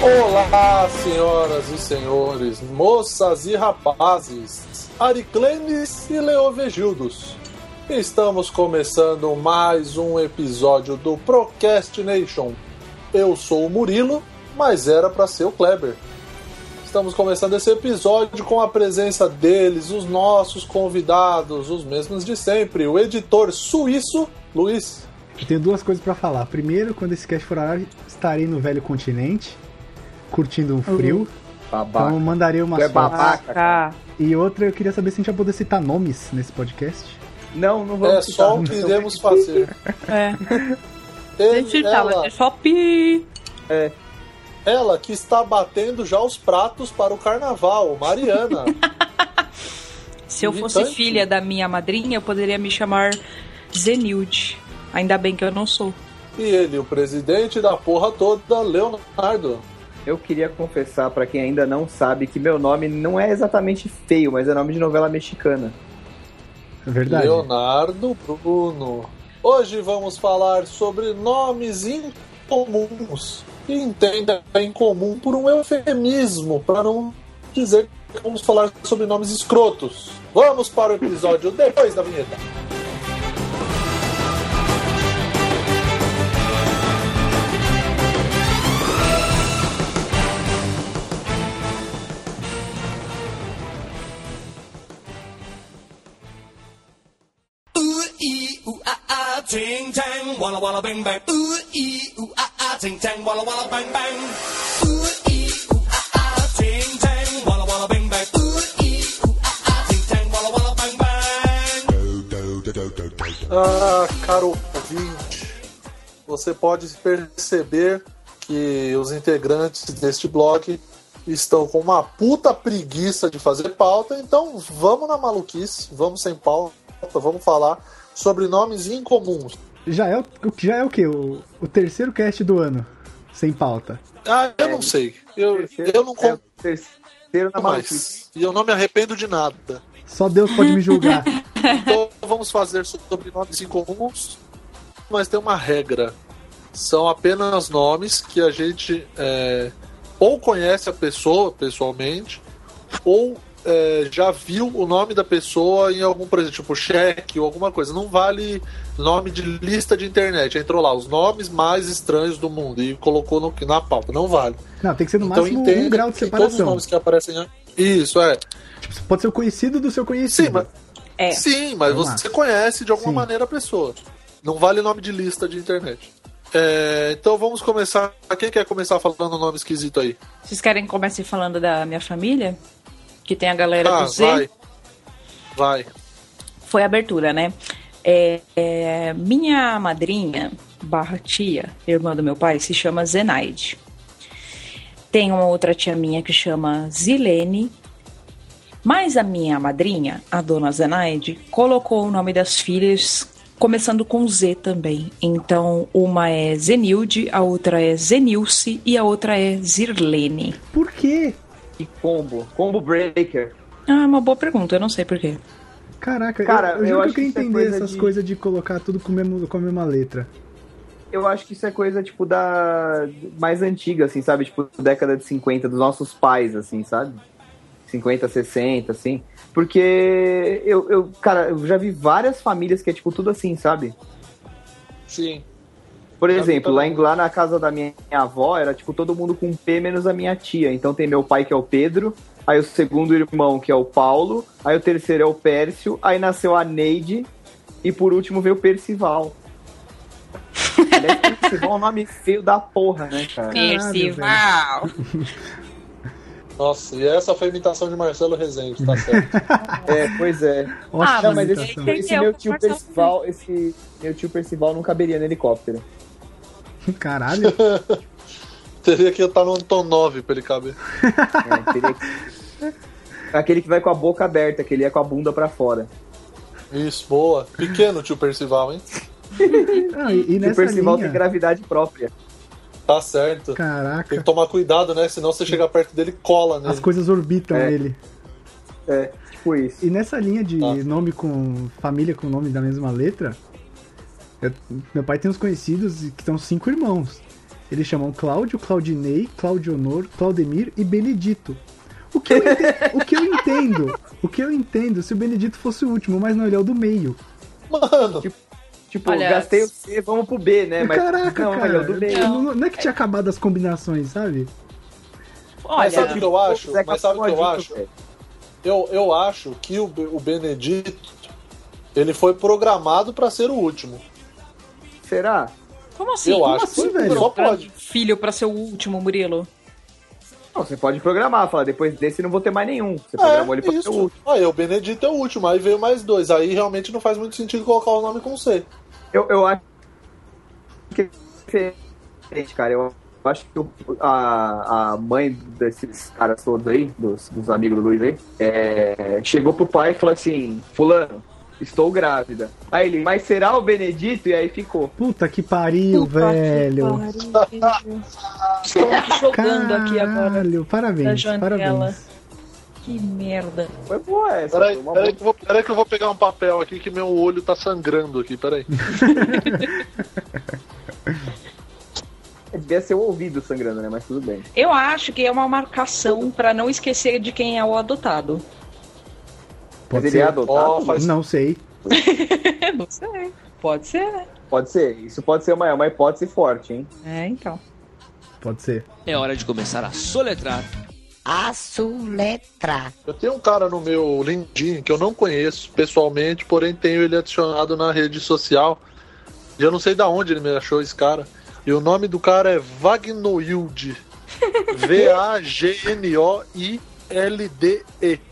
Olá, senhoras e senhores, moças e rapazes, Ariclenes e Leovegildos. Estamos começando mais um episódio do Procrastination. Eu sou o Murilo, mas era para ser o Kleber. Estamos começando esse episódio com a presença deles, os nossos convidados, os mesmos de sempre, o editor suíço Luiz. Eu tenho duas coisas para falar. Primeiro, quando esse cast for ar, estarei no velho continente, curtindo um Uhum. frio. Babaca. Então eu mandarei uma Tu é foto. babaca. cara. Tá. E outra, eu queria saber se a gente vai poder citar nomes nesse podcast. Não, não vamos né? É só o que citar. iremos fazer. É. Ele- Deixa eu tá, ela, mas é só pi. ela que está batendo já os pratos para o carnaval, Mariana. Se eu fosse Militante. filha da minha madrinha, eu poderia me chamar Zenilde. Ainda bem que eu não sou. e ele, o presidente da porra toda, Leonardo. Eu queria confessar pra quem ainda não sabe que meu nome não é exatamente feio, mas é nome de novela mexicana. É verdade. Leonardo Bruno. Hoje vamos falar sobre nomes incomuns. E entenda incomum por um eufemismo, para não dizer que vamos falar sobre nomes escrotos. Vamos para o episódio depois da vinheta. Ooh ee ooh ah ah, ting tang, walla walla bang bang. Ooh ee ooh ah ah, ting tang, walla walla bang bang. Ooh ee ooh ah ah, ting tang, walla walla bang bang. Ooh ee ooh ah ah, ting tang, walla walla bang bang. Ah, caro ouvinte, você pode perceber que os integrantes deste blog estão com uma puta preguiça de fazer pauta, então vamos na maluquice, vamos sem pauta, vamos falar sobre nomes incomuns. Já é o, o que- já é o quê? O, o terceiro cast do ano. Sem pauta. Ah, eu não sei, eu, eu não é o conto terceiro na maluquice. mais, e eu não me arrependo de nada. Só Deus pode me julgar. Então vamos fazer sobre nomes incomuns, mas tem uma regra. São apenas nomes que a gente é, ou conhece a pessoa pessoalmente, ou é, já viu o nome da pessoa em algum, por exemplo, tipo, cheque ou alguma coisa. Não vale nome de lista de internet. Entrou lá, os nomes mais estranhos do mundo e colocou no, na pauta. Não vale. Não, tem que ser no máximo entenda um grau de Então que Todos os separação. nomes que aparecem. né? Isso, é. Tipo, pode ser o conhecido do seu conhecido. Sim, mas É. Sim, mas Vamos lá. você conhece de alguma Sim. maneira a pessoa. Não vale nome de lista de internet. É, então vamos começar. Quem quer começar falando um nome esquisito aí? Vocês querem que comece falando da minha família? Que tem a galera ah, do Z. vai. Vai. Foi a abertura, né? É, é, minha madrinha, barra tia, irmã do meu pai, se chama Zenaide. Tem uma outra tia minha que chama Zilene. Mas a minha madrinha, a dona Zenaide, colocou o nome das filhas começando com Z também. Então, uma é Zenilde, a outra é Zenilce e a outra é Zirlene. Por quê? E combo. Combo breaker. Ah, uma boa pergunta, eu não sei porquê. Caraca, Cara, eu, eu, eu juro que acho eu queria que isso é entender coisa essas de- coisas de colocar tudo com, o mesmo, com a mesma letra. Eu acho que isso é coisa, tipo, da... Mais antiga, assim, sabe? Tipo, década de 50, dos nossos pais, assim, sabe? 50, 60, assim. Porque eu, eu, cara, eu já vi várias famílias que é, tipo, tudo assim, sabe? Sim. Por Tá exemplo, bom. lá, em, lá na casa da minha avó, era tipo todo mundo com P menos a minha tia. Então tem meu pai que é o Pedro, aí o segundo irmão que é o Paulo, aí o terceiro é o Pércio, aí nasceu a Neide e por último veio o Percival. Aliás, Percival é um nome feio da porra, né, cara? Caralho, Percival! Nossa, e essa foi a imitação de Marcelo Rezende, tá certo. É, pois é. Ótima Não, mas esse, imitação. Entendeu? esse meu tio Marcelo Percival, esse meu tio Percival não caberia no helicóptero. Caralho. Teria que estar no Anton 9 pra ele caber. É, teria que- Aquele que vai com a boca aberta, que ele é com a bunda pra fora. Isso, boa. Pequeno tio Percival, hein? Ah, e, e E o nessa Percival linha... tem gravidade própria. Tá certo. Tem Caraca, que tomar cuidado, né? Senão você chega perto dele e cola as nele. coisas orbitam É. ele. É, tipo isso. E nessa linha de Tá. nome com... Família com nome da mesma letra... eu- meu pai tem uns conhecidos que são cinco irmãos. Eles chamam Cláudio, Claudinei, Claudio Honor, Claudemir e Benedito. O que, eu ente- o que eu entendo? O que eu entendo se o Benedito fosse o último, mas não, ele é o do meio. Mano, Tipo, Olha, gastei o C, vamos pro B, né? Mas Caraca, não, cara. eu do meio. Não. não é que tinha acabado as combinações, sabe? mas sabe o Olha, que eu acho? Zeca, Mas sabe o que eu pode, acho? Eu, eu acho que o, Be- o Benedito ele foi programado pra ser o último. Será? como assim? eu Como acho que assim, velho? só pra- pode. Filho pra ser o último, Murilo. Não, você pode programar, falar, depois desse não vou ter mais nenhum. Você É, programou ele pra ser o último. Aí o Benedito é o último, aí veio mais dois. Aí realmente não faz muito sentido colocar o nome com C. Eu, eu acho que é diferente, cara. Eu acho que o- a, a mãe desses caras todos aí, dos, dos amigos do Luiz aí, é, chegou pro pai e falou assim: Fulano, estou grávida. Aí ele, mas será o Benedito? E aí ficou. Puta que pariu, velho. Estou me jogando aqui agora. Caralho, parabéns, Da janela. parabéns. Que merda. Foi boa essa. Peraí, foi uma peraí, boa. que eu vou, peraí que eu vou pegar um papel aqui que meu olho tá sangrando aqui, peraí. É, Devia ser o ouvido sangrando, né? Mas tudo bem. Eu acho que é uma marcação pra não esquecer de quem é o adotado. mas Pode ele é ser? adotado? Ó, faz- Não sei. É, não sei. Pode ser, né? Pode ser. Isso pode ser uma, uma hipótese forte, hein? É, então. Pode ser. É hora de começar a soletrar. A letra. Eu tenho um cara no meu LinkedIn que eu não conheço pessoalmente, porém tenho ele adicionado na rede social. E eu não sei da onde ele me achou esse cara. E o nome do cara é Vagnoilde. V-A-G-N-O-I-L-D-E.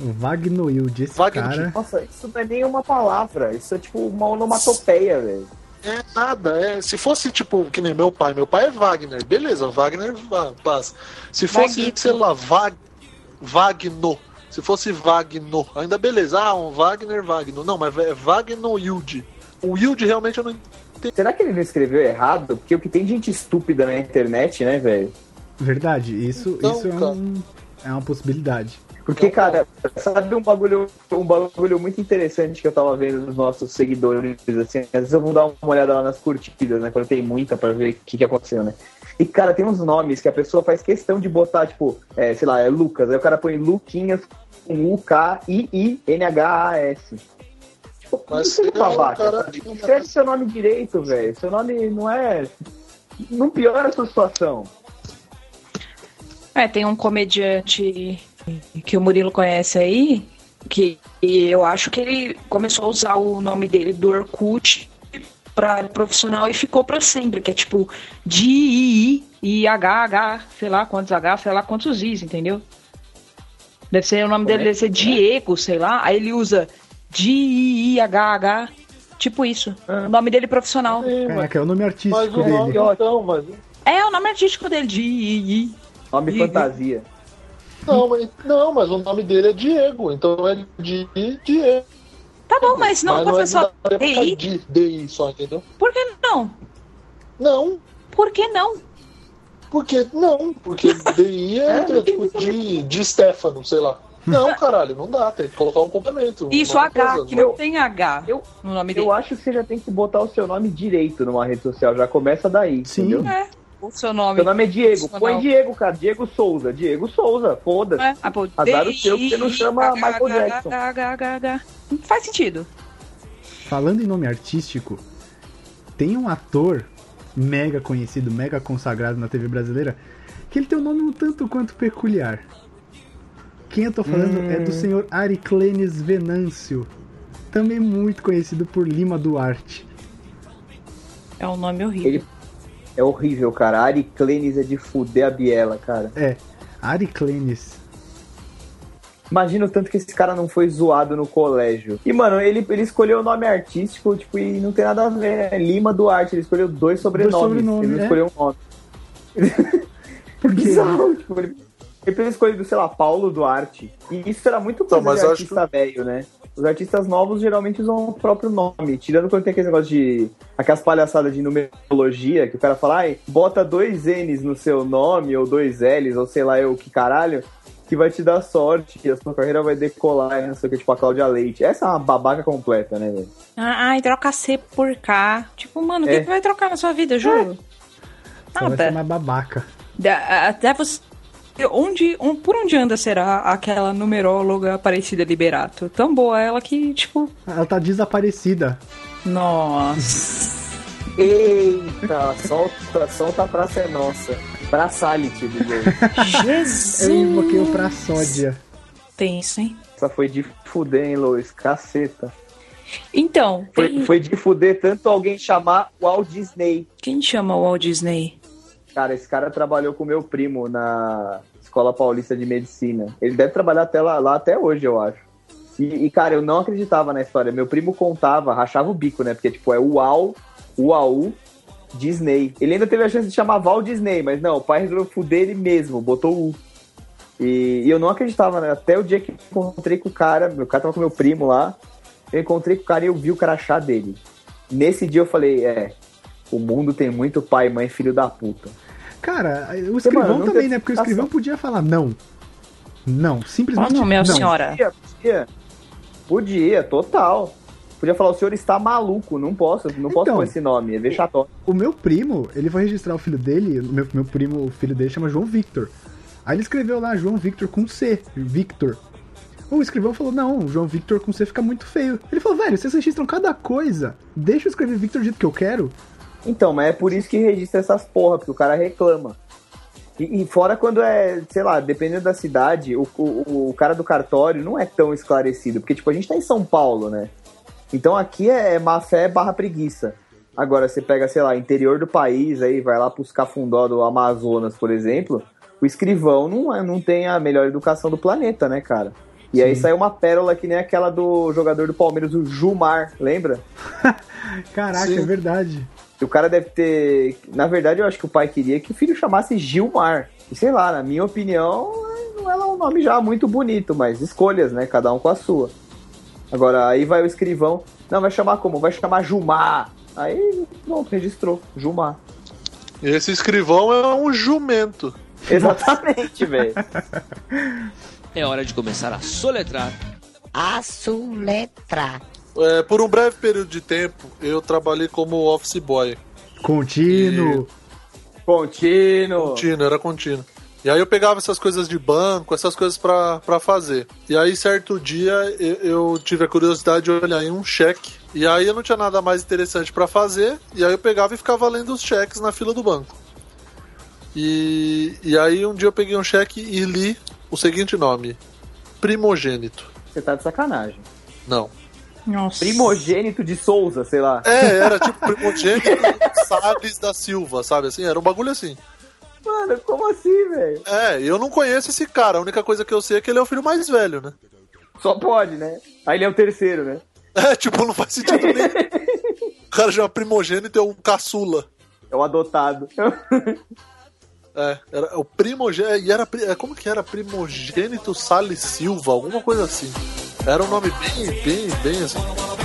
Wagnoilde, esse Wagnoilde. cara. Nossa, isso não é nem uma palavra. Isso é tipo uma onomatopeia, velho. É nada, é. Se fosse tipo, que nem meu pai, meu pai é Wagner, beleza, Wagner va- passa. Se fosse, Vaguito. sei lá, Vag, Vagno. Se fosse Vagno, ainda beleza. Ah, um Wagner, Vagno. Não, mas é Vagnoilde. O Yield realmente eu não Será que ele não escreveu errado? Porque o que tem gente estúpida na internet, né, velho? Verdade, isso, Então, isso é, cara. um- é uma possibilidade. Porque, Então, cara, sabe um bagulho, um bagulho muito interessante que eu tava vendo dos nossos seguidores, assim, às vezes eu vou dar uma olhada lá nas curtidas, né? Quando tem muita pra ver o que, que aconteceu, né? E, cara, tem uns nomes que a pessoa faz questão de botar, tipo, é, sei lá, é Lucas, aí o cara põe Luquinhas com U, K, I, I, N, H, A, S. Tipo, Mas isso é cara, babaca, cara, sabe? Escreve seu nome direito, velho. Seu nome não é. Não piora a sua situação. É, tem um comediante que o Murilo conhece aí, que eu acho que ele começou a usar o nome dele do Orkut para profissional e ficou para sempre, que é tipo de I, I, I, H, H, sei lá quantos H, sei lá quantos Is, entendeu? Deve ser o nome dele, é? deve ser Diego, sei lá. Aí ele usa de I, I, H, H, tipo isso. O nome dele profissional. Caraca, é o nome artístico Mas o nome dele. então, mas. É o nome artístico dele, de I, I, I. Nome Ih, fantasia. Não, mas, não, mas o nome dele é Diego, então é de Diego. Tá bom, mas não, mas professor, não é de, DI? de, DI só, entendeu? por que não? Não, Por que não? porque não, porque DI é, é tipo de, de Stefano, sei lá. Não, caralho, não dá, tem que colocar um complemento. Isso, uma H, coisa, que não. não tem H Eu- no nome dele. Eu acho que você já tem que botar o seu nome direito numa rede social, já começa daí, Sim. Ah, entendeu? É, o seu nome. Seu nome é Diego, põe Personal. Diego, cara, Diego Souza, Diego Souza, foda-se. é, ah, pô, Azar o seu que você não chama H, Michael H, Jackson. H, H, H, H. Não faz sentido. Falando em nome artístico, tem um ator mega conhecido, mega consagrado na TV brasileira, que ele tem um nome um tanto quanto peculiar. Quem eu tô falando é Hum. do senhor Ariclenes Venâncio, também muito conhecido por Lima Duarte. É um nome horrível. Ele- É horrível, cara. Ari Clenis é de fuder a biela, cara. Ariclenes. Imagina o tanto que esse cara não foi zoado no colégio. E, mano, ele, ele escolheu o nome artístico, tipo, e não tem nada a ver, né? Lima Duarte, ele escolheu dois sobrenomes. sobrenomes, ele não é. escolheu um nome. Por quê? Bizarro, tipo, ele, ele podia escolher, sei lá, Paulo Duarte. E isso era muito coisa Não, mas de eu artista velho, né? Os artistas novos geralmente usam o próprio nome, tirando quando tem aquele negócio de. aquelas palhaçadas de numerologia, que o cara fala, ai, bota dois N's no seu nome, ou dois L's, ou sei lá eu que caralho, que vai te dar sorte, que a sua carreira vai decolar, e não sei o que, tipo a Cláudia Leite. Essa é uma babaca completa, né, velho? Ah, ai, troca C por K. Tipo, mano, o É. que, que vai trocar na sua vida, eu juro? Ela vai Nada. chamar babaca. Da- Até você. Onde, on- por onde anda será aquela numeróloga Aparecida Liberato? Tão boa ela que, tipo, Ela tá desaparecida. nossa. Eita, solta, solta a praça é nossa. Braçality do gol. Eu invoquei o Jesus. pra sódia. Tenso, hein? Essa foi de fuder, hein, Lois? Caceta. Então, Foi, tem- foi de fuder tanto alguém chamar Walt Disney. quem chama o Walt Disney? Cara, esse cara trabalhou com meu primo na Escola Paulista de Medicina. Ele deve trabalhar até lá, lá até hoje, eu acho. E, e, cara, eu não acreditava na história. Meu primo contava, rachava o bico, né? Porque, tipo, é Uau, Uau, Disney. Ele ainda teve a chance de chamar Val Disney, mas não, o pai resolveu fuder ele mesmo, botou U. E, e eu não acreditava, né? Até o dia que eu encontrei com o cara, meu cara tava com meu primo lá, eu encontrei com o cara e eu vi o crachá dele. Nesse dia eu falei, é, o mundo tem muito pai, mãe, filho da puta. Cara, o Você, mano, escrivão nunca também, né? Porque o passa- escrivão podia falar não. Não, Ah, simplesmente não, minha não. senhora. Podia, podia. Podia, total. Podia falar, o senhor está maluco, não posso, não posso Então. pôr esse nome, é vexatório. O meu primo, ele foi registrar o filho dele, o meu, meu primo, o filho dele chama João Victor. Aí ele escreveu lá João Victor com C, Victor. O escrivão falou, não, João Victor com C fica muito feio. Ele falou, velho, vocês registram cada coisa. Deixa eu escrever Victor do jeito que eu quero. Então, mas é por isso que registra essas porra, porque o cara reclama. E, e fora quando é, sei lá, dependendo da cidade, o, o, o cara do cartório não é tão esclarecido. Porque, tipo, a gente tá em São Paulo, né? Então aqui é má fé barra preguiça. Agora, você pega, sei lá, interior do país, aí vai lá pros cafundó do Amazonas, por exemplo, o escrivão não, é- não tem a melhor educação do planeta, né, cara? E aí saiu uma pérola que nem aquela do jogador do Palmeiras, o Jumar, lembra? Caraca, Sim. é verdade. E o cara deve ter. Na verdade, eu acho que o pai queria que o filho chamasse Gilmar. E sei lá, na minha opinião, é- não é lá um nome já muito bonito, mas escolhas, né? Cada um com a sua. Agora, aí vai o escrivão. Não, vai chamar como? Vai chamar Jumar. Aí, pronto, registrou. Jumar. Esse escrivão é um jumento. Exatamente, velho. É hora de começar a soletrar. Assuletra. É, por um breve período de tempo, eu trabalhei como office boy. Contínuo. Contínuo. Contínuo, era contínuo. E aí eu pegava essas coisas de banco, essas coisas pra pra fazer. E aí, certo dia, eu, eu tive a curiosidade de olhar em um cheque. E aí eu não tinha nada mais interessante pra fazer. E aí eu pegava e ficava lendo os cheques na fila do banco. E, e aí um dia eu peguei um cheque e li o seguinte nome: Primogênito. Você tá de sacanagem. Não. Nossa. Primogênito de Souza, sei lá. É, era tipo primogênito Salles da Silva, sabe assim? Era um bagulho assim. Mano, como assim, velho? É, e eu não conheço esse cara, a única coisa que eu sei é que ele é o filho mais velho, né? Só pode, né? Aí ele é o terceiro, né? É, tipo, não faz sentido nenhum. O cara já é primogênito é um caçula. É o adotado. É, era o primogênito. E era. pri- é, Como que era? Primogênito Salles Silva, alguma coisa assim. Era um nome bem, bem, bem assim. ah, ah, ah,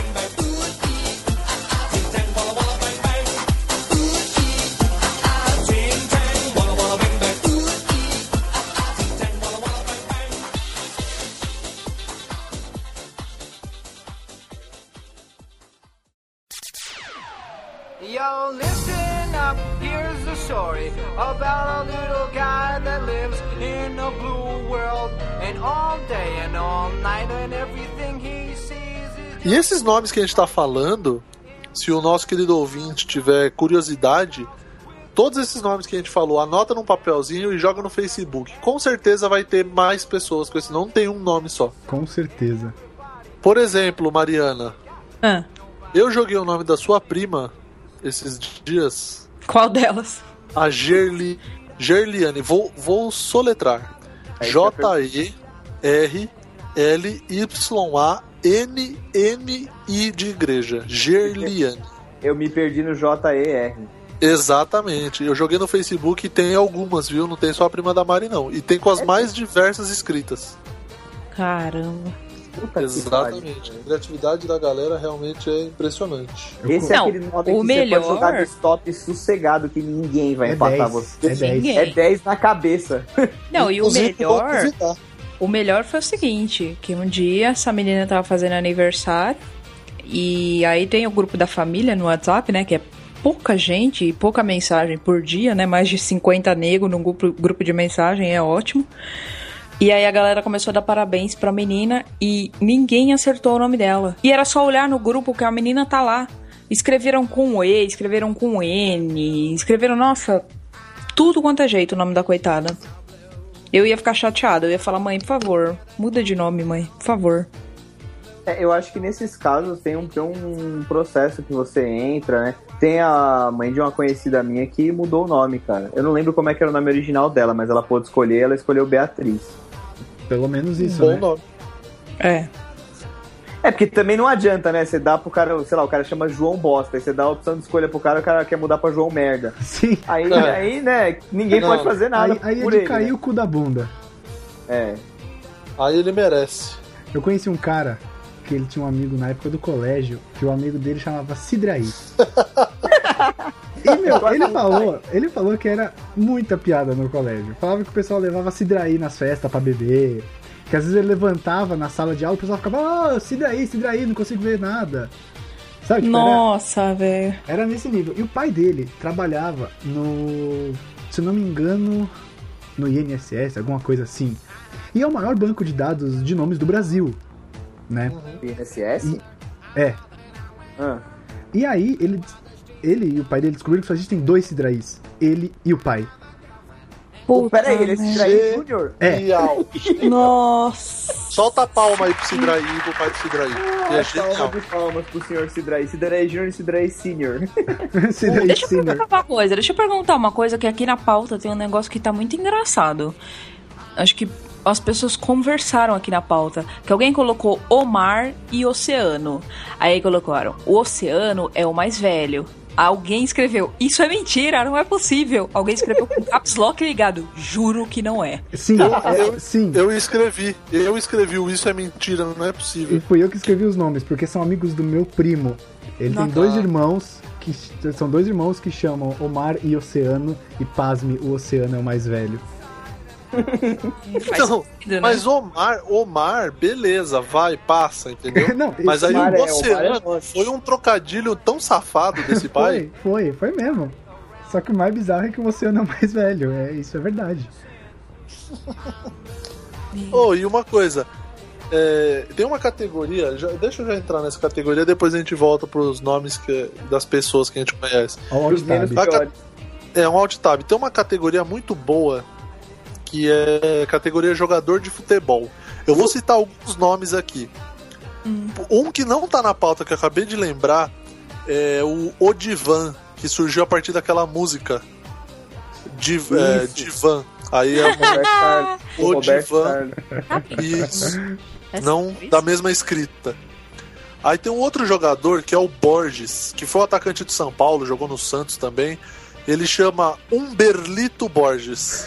Yo, listen up, here's the story about a little guy that lives in a blue world. And all day and all night, and everything he sees is. E esses nomes que a gente tá falando, se o nosso querido ouvinte tiver curiosidade, todos esses nomes que a gente falou, anota num papelzinho e joga no Facebook. Com certeza vai ter mais pessoas com esse. Não tem um nome só. Com certeza. Por exemplo, Mariana, Ah, eu joguei o nome da sua prima esses dias, qual delas? a Gerli, Gerliane. Vou, vou soletrar. É Aí J-E-R-L-Y-A-N-N-I de igreja. Gerliane. Eu me perdi no JER. Exatamente. Eu joguei no Facebook e tem algumas, viu? Não tem só a prima da Mari, não. E tem com É. as mais diversas escritas. Caramba. Puta que Exatamente. A criatividade da galera realmente é impressionante. pariu. Esse é Não, aquele nome que o melhor- você pode jogar de stop sossegado que ninguém vai É empatar 10. você. É 10. Ninguém. É 10 na cabeça. Não, e o Inclusive, vou melhor, duvidar. o melhor foi o seguinte, que um dia essa menina tava fazendo aniversário e aí tem o grupo da família no WhatsApp, né, que é pouca gente e pouca mensagem por dia, né? Mais de 50 negros num grupo, grupo de mensagem, é ótimo. E aí a galera começou a dar parabéns pra menina e ninguém acertou o nome dela. E era só olhar no grupo que a menina tá lá. Escreveram com um E, escreveram com um N, escreveram, nossa, tudo quanto é jeito o nome da coitada. Eu ia ficar chateada, eu ia falar, mãe, por favor, muda de nome, mãe, por favor. É, eu acho que nesses casos tem um, tem um processo que você entra, né? Tem a mãe de uma conhecida minha que mudou o nome, cara. Eu não lembro como é que era o nome original dela, mas ela pôde escolher, ela escolheu Beatriz. Pelo menos isso, Bom né? nome. É. É, porque também não adianta, né? Você dá pro cara, sei lá, o cara chama João Bosta, aí você dá a opção de escolha pro cara, o cara quer mudar pra João Merda. Sim. Aí, É. aí né, ninguém Não. pode fazer nada Aí, aí é por de ele, cair né? o cu da bunda. É. Aí ele merece. Eu conheci um cara que ele tinha um amigo na época do colégio, que o amigo dele chamava Sidraí. E, meu, ele um falou, ele falou que era muita piada no colégio. Falava que o pessoal levava Sidraí nas festas pra beber. Que às vezes ele levantava na sala de aula e o pessoal ficava, ah, Sidraí, Sidraí, não consigo ver nada. Sabe? Tipo, era, Nossa, velho. era nesse nível. E o pai dele trabalhava no. Se eu não me engano, no INSS, alguma coisa assim. E é o maior banco de dados de nomes do Brasil, né? INSS? É. Ah. E aí, ele, ele e o pai dele descobriram que só existem dois Sidraís. Ele e o pai. Pô, peraí, ele é merda. Sidraí Júnior? É. Genial. Nossa. Solta a palma aí pro Sidraí e pro pai do Sidraí. Ah, Que é Salva genial. de palmas pro senhor Sidraí. Sidraí Júnior e Sidraí Senior. Sidraí Deixa eu Senior. perguntar uma coisa, deixa eu perguntar uma coisa que aqui na pauta tem um negócio que tá muito engraçado. Acho que as pessoas conversaram aqui na pauta que alguém colocou o mar e oceano. Aí colocaram, o oceano é o mais velho. Alguém escreveu, isso é mentira, não é possível. Alguém escreveu com caps lock ligado, juro que não é. Sim, é, sim. Eu escrevi, eu escrevi o Isso é Mentira, não é E possível. fui eu que escrevi os nomes, porque são amigos do meu primo. Ele tem Nossa. dois irmãos que ch- são dois irmãos que chamam Omar e Oceano e pasme, o Oceano é o mais velho. Faz Então, sentido, né? mas Omar, Omar, beleza, vai, passa, entendeu? Não, Mas aí Omar o é- Oceano Omar é- foi um trocadilho tão safado desse pai. foi, foi, foi mesmo. Só que o mais bizarro é que o Oceano é o mais velho. É, isso é verdade. Oh, e uma coisa. é, tem uma categoria, já- deixa eu já entrar nessa categoria, depois a gente volta pros nomes que- das pessoas que a gente conhece. Ó, o Os né? menos Octave. piores. É um alt tab. Tem uma categoria muito boa que é categoria jogador de futebol. Eu vou citar alguns nomes aqui. Um que não tá na pauta, que eu acabei de lembrar, é o Odivan, que surgiu a partir daquela música. Div, é, Isso. Divan. Aí é um Roberto Carlos. O Roberto Divan. Carlos. Isso. É Não isso? da mesma escrita. Aí tem um outro jogador que é o Borges, que foi o atacante do São Paulo, jogou no Santos também. Ele chama Umberlito Borges.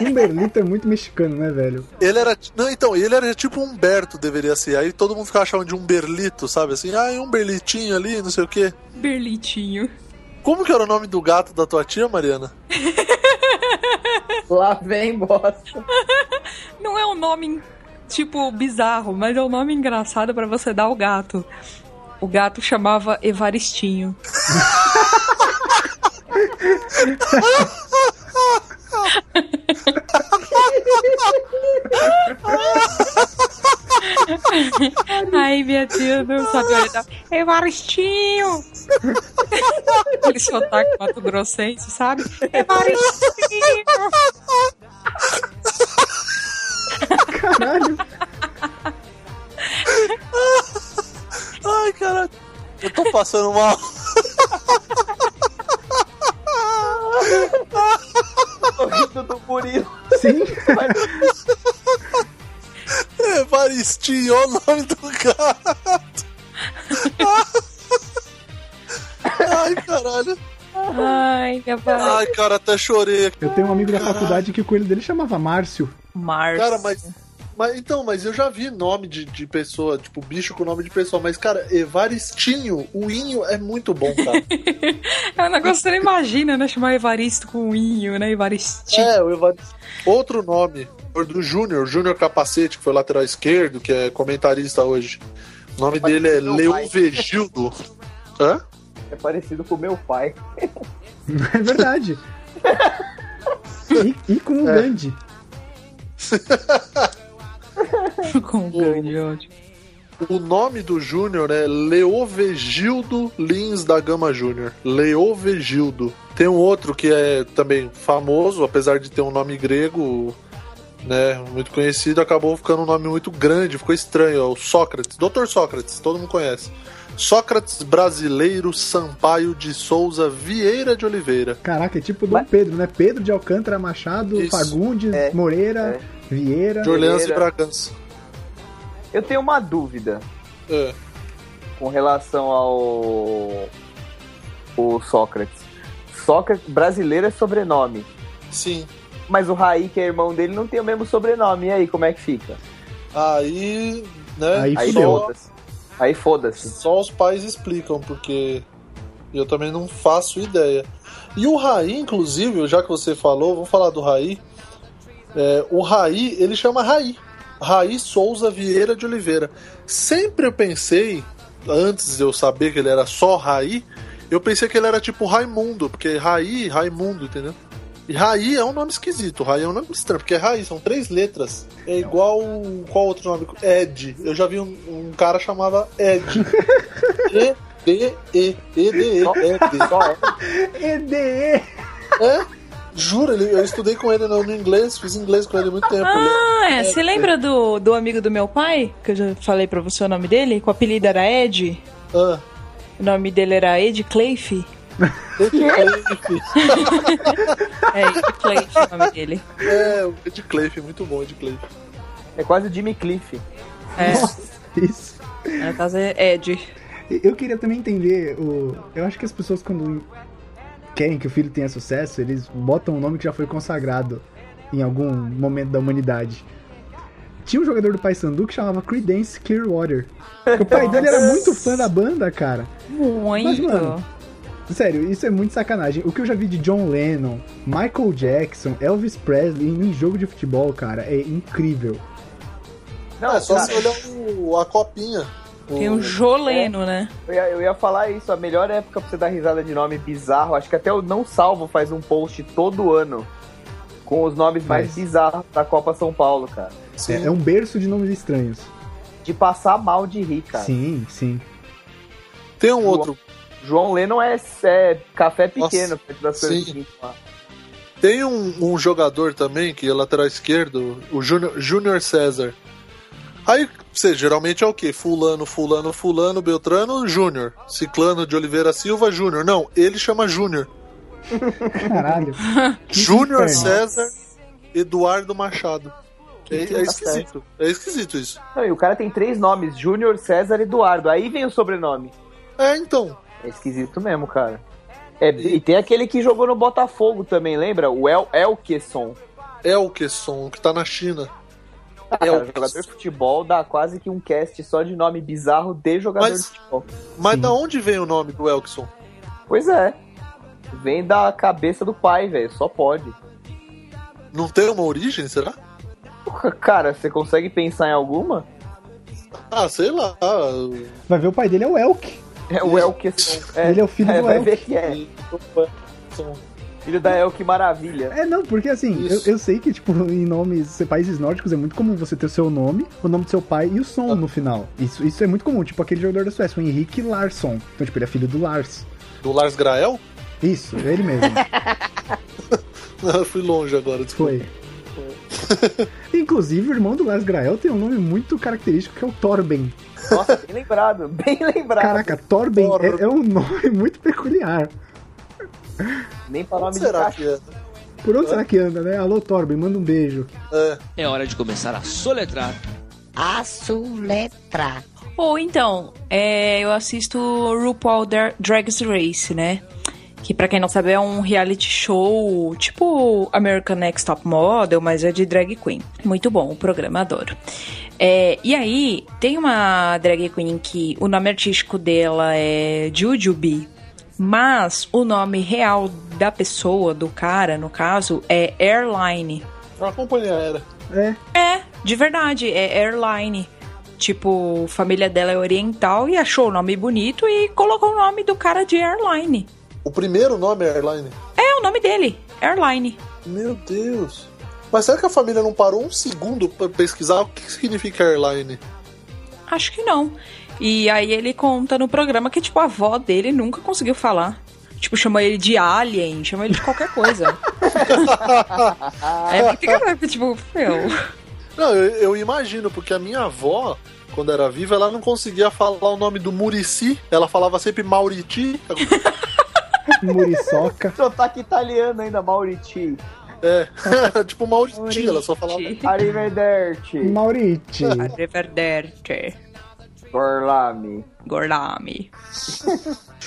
Umberlito é muito mexicano, né, velho? Ele era. Não, então, ele era tipo Humberto, deveria ser. Aí todo mundo ficava chamando de Umberlito, sabe? Assim, ah, é Umberlitinho ali, não sei o quê. Berlitinho. Como que era o nome do gato da tua tia, Mariana? Lá vem bosta. Não é um nome, tipo, bizarro, mas é um nome engraçado pra você dar ao gato. O gato chamava Evaristinho. Ai, minha tia, não sabe olhar. Evaristinho! Aquele sotaque mato grossense, sabe? Evaristinho! Caralho. Ai, cara, eu tô passando mal. Sorriso do Murilo. Sim. Evaristinho, É, olha o nome do gato. Ai, caralho. Ai, minha barriga. Ai, cara, até chorei aqui. Eu tenho um amigo da faculdade que o coelho dele chamava Márcio. Mars. Cara, mas. Mas então, mas eu já vi nome de, de pessoa, tipo, bicho com nome de pessoa, mas, cara, Evaristinho, o Inho é muito bom, cara. É um negócio que você não imagina, né? Chamar Evaristo com Inho, né? Evaristinho. é, o Evaristinho. Outro nome, do Júnior, Júnior Capacete, que foi lateral esquerdo, que é comentarista hoje. O nome dele é não, Leovegildo. Hã? É parecido com meu pai. É verdade. E, e com um É. o Gandhi. Com o grande ódio. O nome do Júnior é Leovegildo Lins da Gama Júnior. Leovegildo. Tem um outro que é também famoso, apesar de ter um nome grego, né, muito conhecido, acabou ficando um nome muito grande, ficou estranho, é o Sócrates. Doutor Sócrates, todo mundo conhece. Sócrates Brasileiro Sampaio de Souza Vieira de Oliveira. Caraca, é tipo Dom Pedro, né? Pedro de Alcântara, Machado, Isso. É. Fagundes, Moreira, Vieira. De Orleans e Vieira. Bragança. Eu tenho uma dúvida É. com relação ao. O Sócrates. Sócrates brasileiro é sobrenome. Sim. Mas o Raí, que é irmão dele, não tem o mesmo sobrenome. E aí, como é que fica? Aí, né? Aí Aí fudeu. só, foda-se. Aí foda-se. só os pais explicam, porque eu também não faço ideia. E o Raí, inclusive, já que você falou, vamos falar do Raí. É, o Raí, ele chama Raí. Raí Souza Vieira de Oliveira. Sempre eu pensei, antes de eu saber que ele era só Raí, eu pensei que ele era tipo Raimundo, porque Raí, Raimundo, entendeu? E Raí é um nome esquisito, Raí é um nome estranho, porque é Raí, são três letras. É igual. Qual outro nome? Ed. Eu já vi um, um cara chamava Ed. E, D, E, E, D, E, Ed. Só é. EDE! É? Juro, ele- eu estudei com ele no no inglês, fiz inglês com ele há muito tempo. né? Ele- Ah, é, você lembra do, do amigo do meu pai? Que eu já falei pra você o nome dele? Que o apelido era Ed? Ah, O nome dele era Ed Clayfe? Ed Clayfe. É, Ed Clayfe o nome dele. É, o Ed Clayfe, muito bom, Ed Clayfe. É quase o Jimmy Cliff. É, Isso. no caso é Ed. Eu queria também entender o. Eu acho que as pessoas quando querem que o filho tenha sucesso, eles botam um nome que já foi consagrado em algum momento da humanidade. Tinha um jogador do Paysandu que chamava Creedence Clearwater. O pai dele era muito fã da banda, cara. Mas, Muito. mano, Sério, isso é muito sacanagem. O que eu já vi de John Lennon, Michael Jackson, Elvis Presley em jogo de futebol, cara, é incrível. Não, tá. é só cara, se olhar o- a copinha. O- Tem um Joleno, né? eu, ia, eu ia falar isso. A melhor época pra você dar risada de nome bizarro. Acho que até o Não Salvo faz um post todo ano com os nomes mais Mas- bizarros da Copa São Paulo, cara. Sim. É, é um berço de nomes estranhos. De passar mal de rir, cara. Sim, sim. Tem um outro. João Lennon é, é café pequeno, Nossa, perto das coisas sim. que lá. Tem um, um jogador também, que é lateral esquerdo, o Júnior- Júnior César. Aí, você geralmente é o quê? Fulano, fulano, fulano, Beltrano, Júnior. Ciclano de Oliveira Silva, Júnior. Não, ele chama Júnior. Caralho. Júnior inferno. César Eduardo Machado. É, é esquisito. É esquisito isso. Não, e o cara tem três nomes: Júnior, César e Eduardo. Aí vem o sobrenome. É, então. É esquisito mesmo, cara. É, e tem aquele que jogou no Botafogo também, lembra? O El Elkeson. Elkeson, que tá na China. Cara, jogador de futebol dá quase que um cast só de nome bizarro de jogador Mas- de futebol. Mas Sim. da onde vem o nome do Elkeson? Pois é. Vem da cabeça do pai, velho. Só pode. Não tem uma origem, será? Porra, Cara, você consegue pensar em alguma? Ah, sei lá. Vai ver o pai dele é o Elk. É o Elkeson. É, Ele é o filho do vai Elk. ver que é. Filho da Elke Maravilha. É, não, porque assim, eu, Isso. eu sei que, tipo, em nomes, países nórdicos é muito comum você ter o seu nome, o nome do seu pai e o Ah. som no final. Isso, isso é muito comum, tipo aquele jogador da Suécia, o Henrique Larsson. Então, tipo, ele é filho do Lars. Do Lars Grael? Isso, é ele mesmo. Eu fui longe agora, desculpa. Foi. Inclusive, o irmão do Lars Grael tem um nome muito característico que é o Torben. Nossa, bem lembrado. Bem lembrado. Caraca, Torben é- Torben. é, um nome muito peculiar. Nem pra Onde nome de será cachorro. que é? Por onde será que anda, né? Alô, Torben, manda um beijo. É, É hora de começar a soletrar. a soletra, Ou então, é, eu assisto RuPaul Dra- Drag Race, né? Que pra quem não sabe é um reality show tipo American Next Top Model, mas é de drag queen. Muito bom, o programa adoro. É, e aí, tem uma drag queen que o nome artístico dela é Jujubee, mas o nome real da pessoa, do cara, no caso, é Airline. uma companhia aérea. É, É, de verdade, é airline. Tipo, a família dela é oriental e achou o nome bonito e colocou o nome do cara de Airline. O primeiro nome é Airline. É o nome dele, Airline. Meu Deus. Mas será que a família não parou um segundo pra pesquisar o que significa Airline? Acho que não. E aí ele conta no programa que, tipo, a avó dele nunca conseguiu falar. Tipo, chama ele de alien, chama ele de qualquer coisa. é muito engraçado, tipo, meu. Não, eu, eu imagino, porque a minha avó, quando era viva, ela não conseguia falar o nome do Murici. Ela falava sempre Mauriti. Muriçoca. Sotaque italiano ainda, Mauriti. É, tipo Mauriti, ela só falava. Arrivederci. Mauriti. Arrivederci. Gorlami. Gorlami. Deixa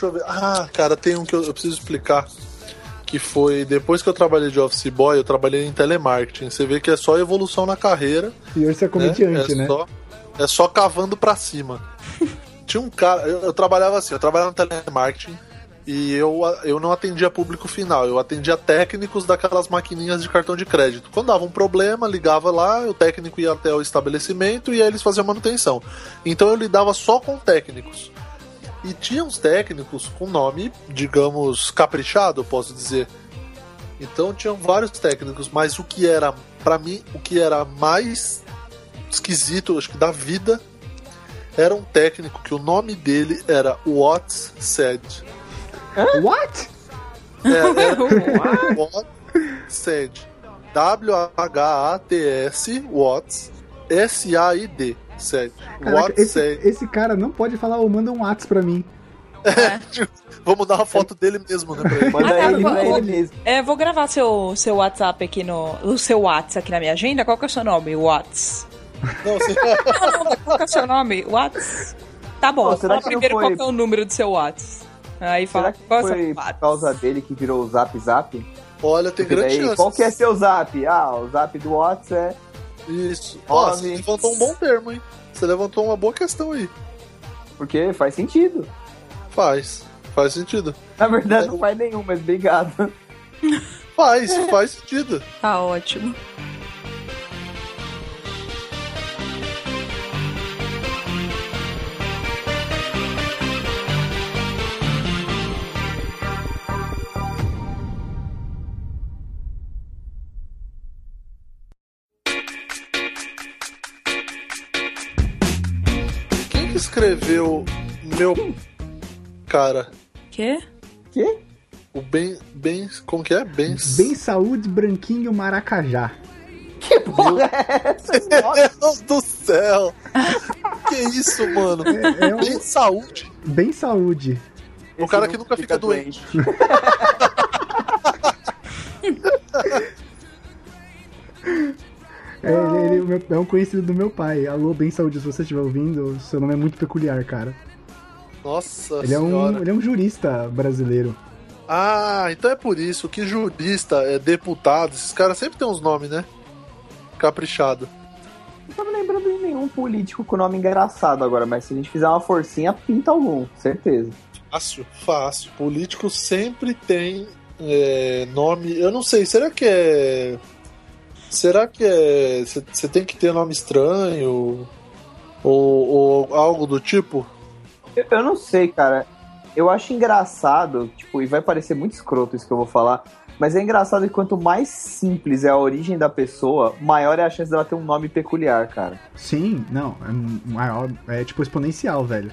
eu ver. Ah, cara, tem um que eu, eu preciso explicar. Que foi depois que eu trabalhei de office boy, eu trabalhei em telemarketing. Você vê que é só evolução na carreira. E hoje você é comediante, é né? Só, é só cavando pra cima. Tinha um cara, eu, eu trabalhava assim, eu trabalhava no telemarketing e eu, eu não atendia público final, eu atendia técnicos daquelas maquininhas de cartão de crédito. Quando dava um problema, ligava lá, o técnico ia até o estabelecimento e aí eles faziam manutenção. Então eu lidava só com técnicos. E tinha uns técnicos com nome, digamos, caprichado, eu posso dizer. Então tinham vários técnicos, mas o que era, pra mim, o que era mais esquisito, acho que da vida, era um técnico que o nome dele era Watts Said. What? É, era Watts Said. W-H-A-T-S, Watts, S-A-I-D, Said. Caraca, Watts esse, Said. esse cara não pode falar ou manda um Whats pra mim. Vou mandar uma foto dele mesmo, né? pra ele. Manda Ah, ele tá, pra vou- ele mesmo. É, vou gravar seu, seu WhatsApp aqui no. O seu WhatsApp aqui na minha agenda. Qual que é o seu nome? Whats. Não, assim, Não, Qual que é o seu nome? Whats. Tá bom, Pô, será fala que não primeiro foi- qual que é o número do seu Whats. Aí fala Será que qual é o seu foi por Whats. causa dele que virou o Zap Zap? olha, tem Porque grande daí, chance. qual que é seu Zap? Ah, o Zap do Whats é... Isso. Ó, Nove. você levantou um bom termo, hein? Você levantou uma boa questão aí. Porque faz sentido. Faz. Faz sentido. Na verdade, não faz nenhum, mas obrigado. Faz, faz sentido. Tá ótimo. Quem que escreveu meu cara? Quê? Quê? O Ben. Ben. Como que é? Ben. Bem saúde, branquinho, maracajá. Que porra é essa? Meu Deus do céu! que isso, mano? É, é Ben um Saúde? bem saúde. O cara que nunca fica É, ele- ele é o meu- é um conhecido do meu pai. Alô, bem saúde, se você estiver ouvindo, seu nome é muito peculiar, cara. Nossa Ele é senhora. um, ele é um jurista brasileiro. Ah, então é por isso que jurista, é deputado, esses caras sempre tem uns nomes, né? Caprichado. Não tô me lembrando de nenhum político com nome engraçado agora, mas se a gente fizer uma forcinha, pinta algum, certeza. Fácil, fácil. Político sempre tem é, nome. Eu não sei, será que é. Será que é. Você tem que ter nome estranho? Ou, ou algo do tipo? Eu, eu não sei, cara. Eu acho engraçado, tipo, e vai parecer muito escroto isso que eu vou falar, mas é engraçado que quanto mais simples é a origem da pessoa, maior é a chance dela ter um nome peculiar, cara. Sim, não, é maior, é tipo exponencial, velho.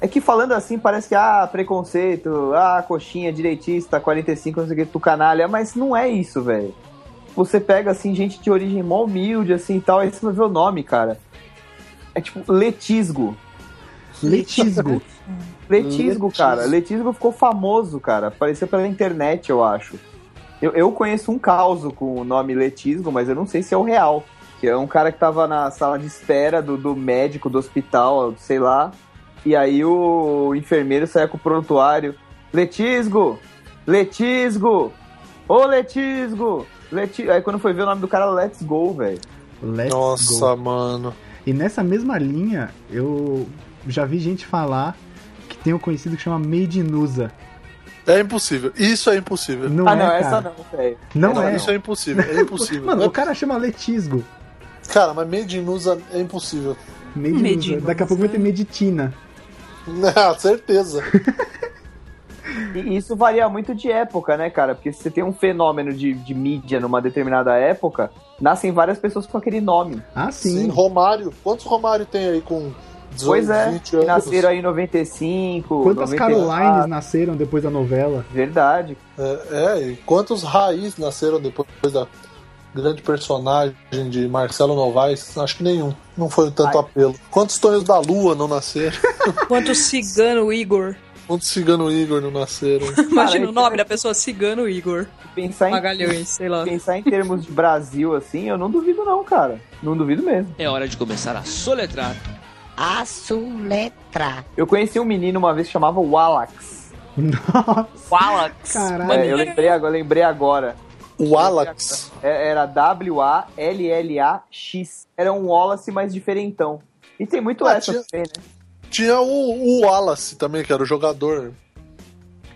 É que falando assim parece que, ah, preconceito, ah, coxinha, direitista, 45, não sei o que, tu canalha, mas não é isso, velho. Você pega, assim, gente de origem mó humilde, assim, e tal, aí você vai ver o nome, cara. É tipo, letisgo. Letisgo. Letisgo, Letisgo. cara. Letisgo ficou famoso, cara. Apareceu pela internet, eu acho. Eu, eu conheço um caso com o nome Letisgo, mas eu não sei se é o real. Que é um cara que tava na sala de espera do, do médico, do hospital, sei lá. E aí o enfermeiro saia com o prontuário. Letisgo! Letisgo! Ô, Letisgo! Leti... Aí quando foi ver o nome do cara, Let's Go, velho. Let's go. Nossa, mano. E nessa mesma linha, eu já vi gente falar que tem um conhecido que chama Meidinusa. É impossível. Isso é impossível. Não ah, é, não, cara. essa não, velho. Não, Não, é. Isso é impossível. É impossível. Mano, o cara chama Letisgo. Cara, mas Medinusa é impossível. Medinusa. Medinusa. Daqui a pouco vai ter Meditina. Ah, certeza. E isso varia muito de época, né, cara? Porque se você tem um fenômeno de, de mídia numa determinada época, nascem várias pessoas com aquele nome. Ah, Sim, sim. Romário. Quantos Romário tem aí com 18, pois é, 20 que anos? nasceram aí em 95. Quantas 94. Carolines né? nasceram depois da novela? Verdade. É, é, e quantos raiz nasceram depois da grande personagem de Marcelo Novaes? Acho que nenhum. Não foi tanto apelo. Quantos Tonhos da Lua não nasceram? Quanto cigano Igor. Quantos Cigano Igor não nasceram? Imagina Cara, o nome da pessoa, cigano Igor. Pensar em, Magalhães, sei lá. pensar em termos de Brasil, assim, eu não duvido não, cara. Não duvido mesmo. É hora de começar a soletrar. assuletra, Eu conheci um menino uma vez que chamava Wallax. Nossa, Wallax. caralho. É, eu lembrei agora, eu lembrei agora. O Alex. É, Era W-A-L-L-A-X. Era um Wallace mais diferentão. E tem muito Ah, essa tinha- também, né? Tinha o, o Wallace também, que era o jogador.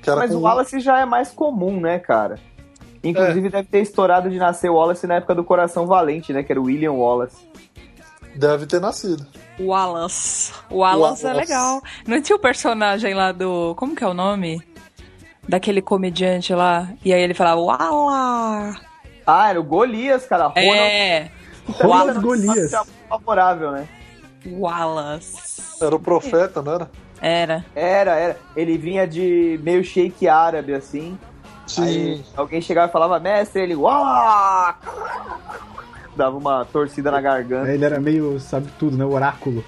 Que era Mas com um o Wallace já é mais comum, né, cara? Inclusive deve ter estourado de nascer o Wallace na época do Coração Valente, né? Que era o William Wallace. Deve ter nascido. Wallace. Wallace é Wallace. legal. Não tinha o personagem lá do. Como que é o nome? Daquele comediante lá. E aí ele falava Wala. Ah, era o Golias, cara. Ronald É. um Ronald Golias. Nossa, é favorável, né? Wallace. Era o profeta, não era? Era. Era, era. Ele vinha de meio shake árabe, assim. Aí alguém chegava e falava, mestre, ele... "Uá!" Dava uma torcida na garganta. É, Ele era meio, sabe tudo, né? Oráculo.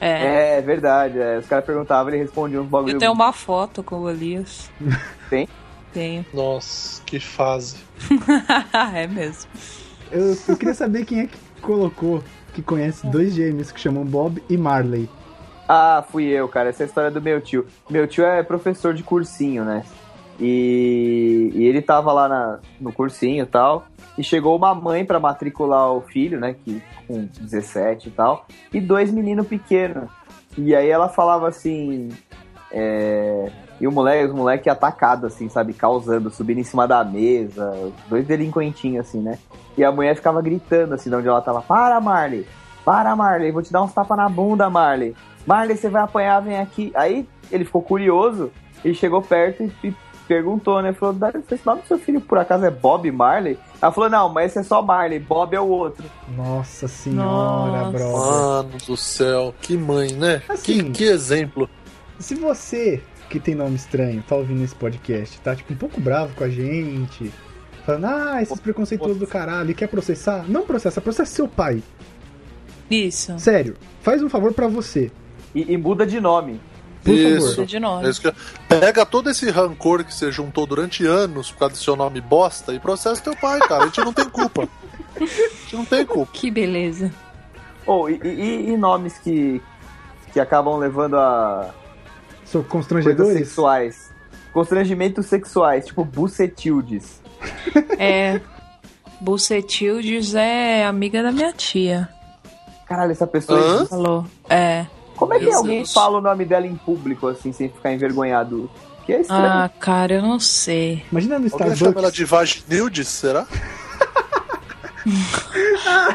É. É, verdade. é. Os caras perguntavam, ele respondia uns bagulho. Eu tenho uma foto com o Golias. Tem? Tenho. Nossa, que fase. é mesmo. Eu, eu queria saber quem é que colocou, que conhece dois gêmeos que chamam Bob e Marley. Ah, fui eu, cara. Essa é a história do meu tio. Meu tio é professor de cursinho, né? E, e ele tava lá na- no cursinho e tal. E chegou uma mãe pra matricular o filho, né? Que com 17 e tal. E dois meninos pequenos. E aí ela falava assim. é, E o moleque, os moleque atacado, assim, sabe? Causando, subindo em cima da mesa. Dois delinquentinhos, assim, né? E a mulher ficava gritando, assim, de onde ela tava. Para, Marley! Para, Marley! Vou te dar uns tapas na bunda, Marley! Marley, você vai apanhar, vem aqui. Aí ele ficou curioso e chegou perto e, e perguntou, né? Falou, "Dá- esse nome do seu filho por acaso é Bob Marley? Ela falou, não, mas esse é só Marley, Bob é o outro. Nossa senhora, Nossa. brother. Mano do céu, que mãe, né? Assim. que, que exemplo. Se você, que tem nome estranho, tá ouvindo esse podcast, tá tipo um pouco bravo com a gente, falando, ah, esses preconceituosos do caralho, e quer processar? Não processa, processa seu pai. Isso. Sério, faz um favor pra você. E, e muda de nome. Por Isso. favor. Isso de É nome. isso que eu- Pega todo esse rancor que você juntou durante anos por causa do seu nome bosta e processa teu pai, cara. A gente não tem culpa. A gente não tem culpa. Que beleza. Ou Oh, e, e- e nomes que, que acabam levando a Sou coisas constrangedores? sexuais. Constrangimentos sexuais, tipo bucetildes. É. Bucetildes é amiga da minha tia. Caralho, essa pessoa. Hã? existe. Falou. É. Como é que Meu alguém Deus. fala o nome dela em público, assim, sem ficar envergonhado? Que é estranho. Ah, cara, eu não sei. Imagina no Alguém chama ela Starbucks. de Vaginildes, será?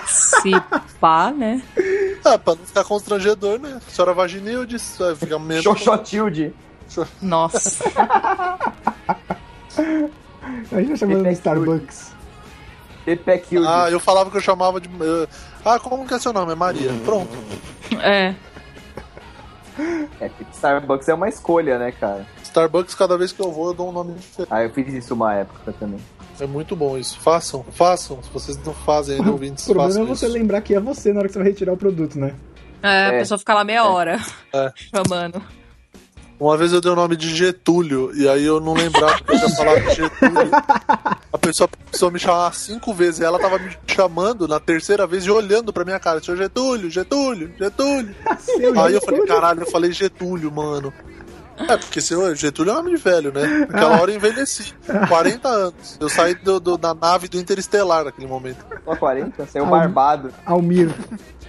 Se pá, né? Ah, pra não ficar constrangedor, né? Senhora Vaginildes, é, vai ficar menos. Xoxotilde. Nossa. Imagina chamando ela de Perfeito. Starbucks. Pepequilde. Ah, eu falava que eu chamava de. eh, Ah, como que é seu nome? É Maria. Pronto. É. É, Starbucks é uma escolha, né, cara? Starbucks, cada vez que eu vou, eu dou um nome diferente. Ah, eu fiz isso uma época também. É muito bom isso. Façam, façam. Se vocês não fazem ainda, ouvintes, O problema é façam você isso. lembrar que é você na hora que você vai retirar o produto, né? É, a É. pessoa fica lá meia hora É. chamando. Uma vez eu dei o nome de Getúlio, e aí eu não lembrava que eu tinha falado de Getúlio. A pessoa precisou me chamar cinco vezes, e ela tava me chamando na terceira vez e olhando pra minha cara. Seu Getúlio, Getúlio, Getúlio. Seu Aí eu Getúlio. falei, caralho, eu falei Getúlio, mano. É, porque seu Getúlio é um homem de velho, né? Ah. Naquela hora eu envelheci. 40 anos. Eu saí do- do- da nave do Interestelar naquele momento. Só 40? Saiu um Ah, barbado. Almir.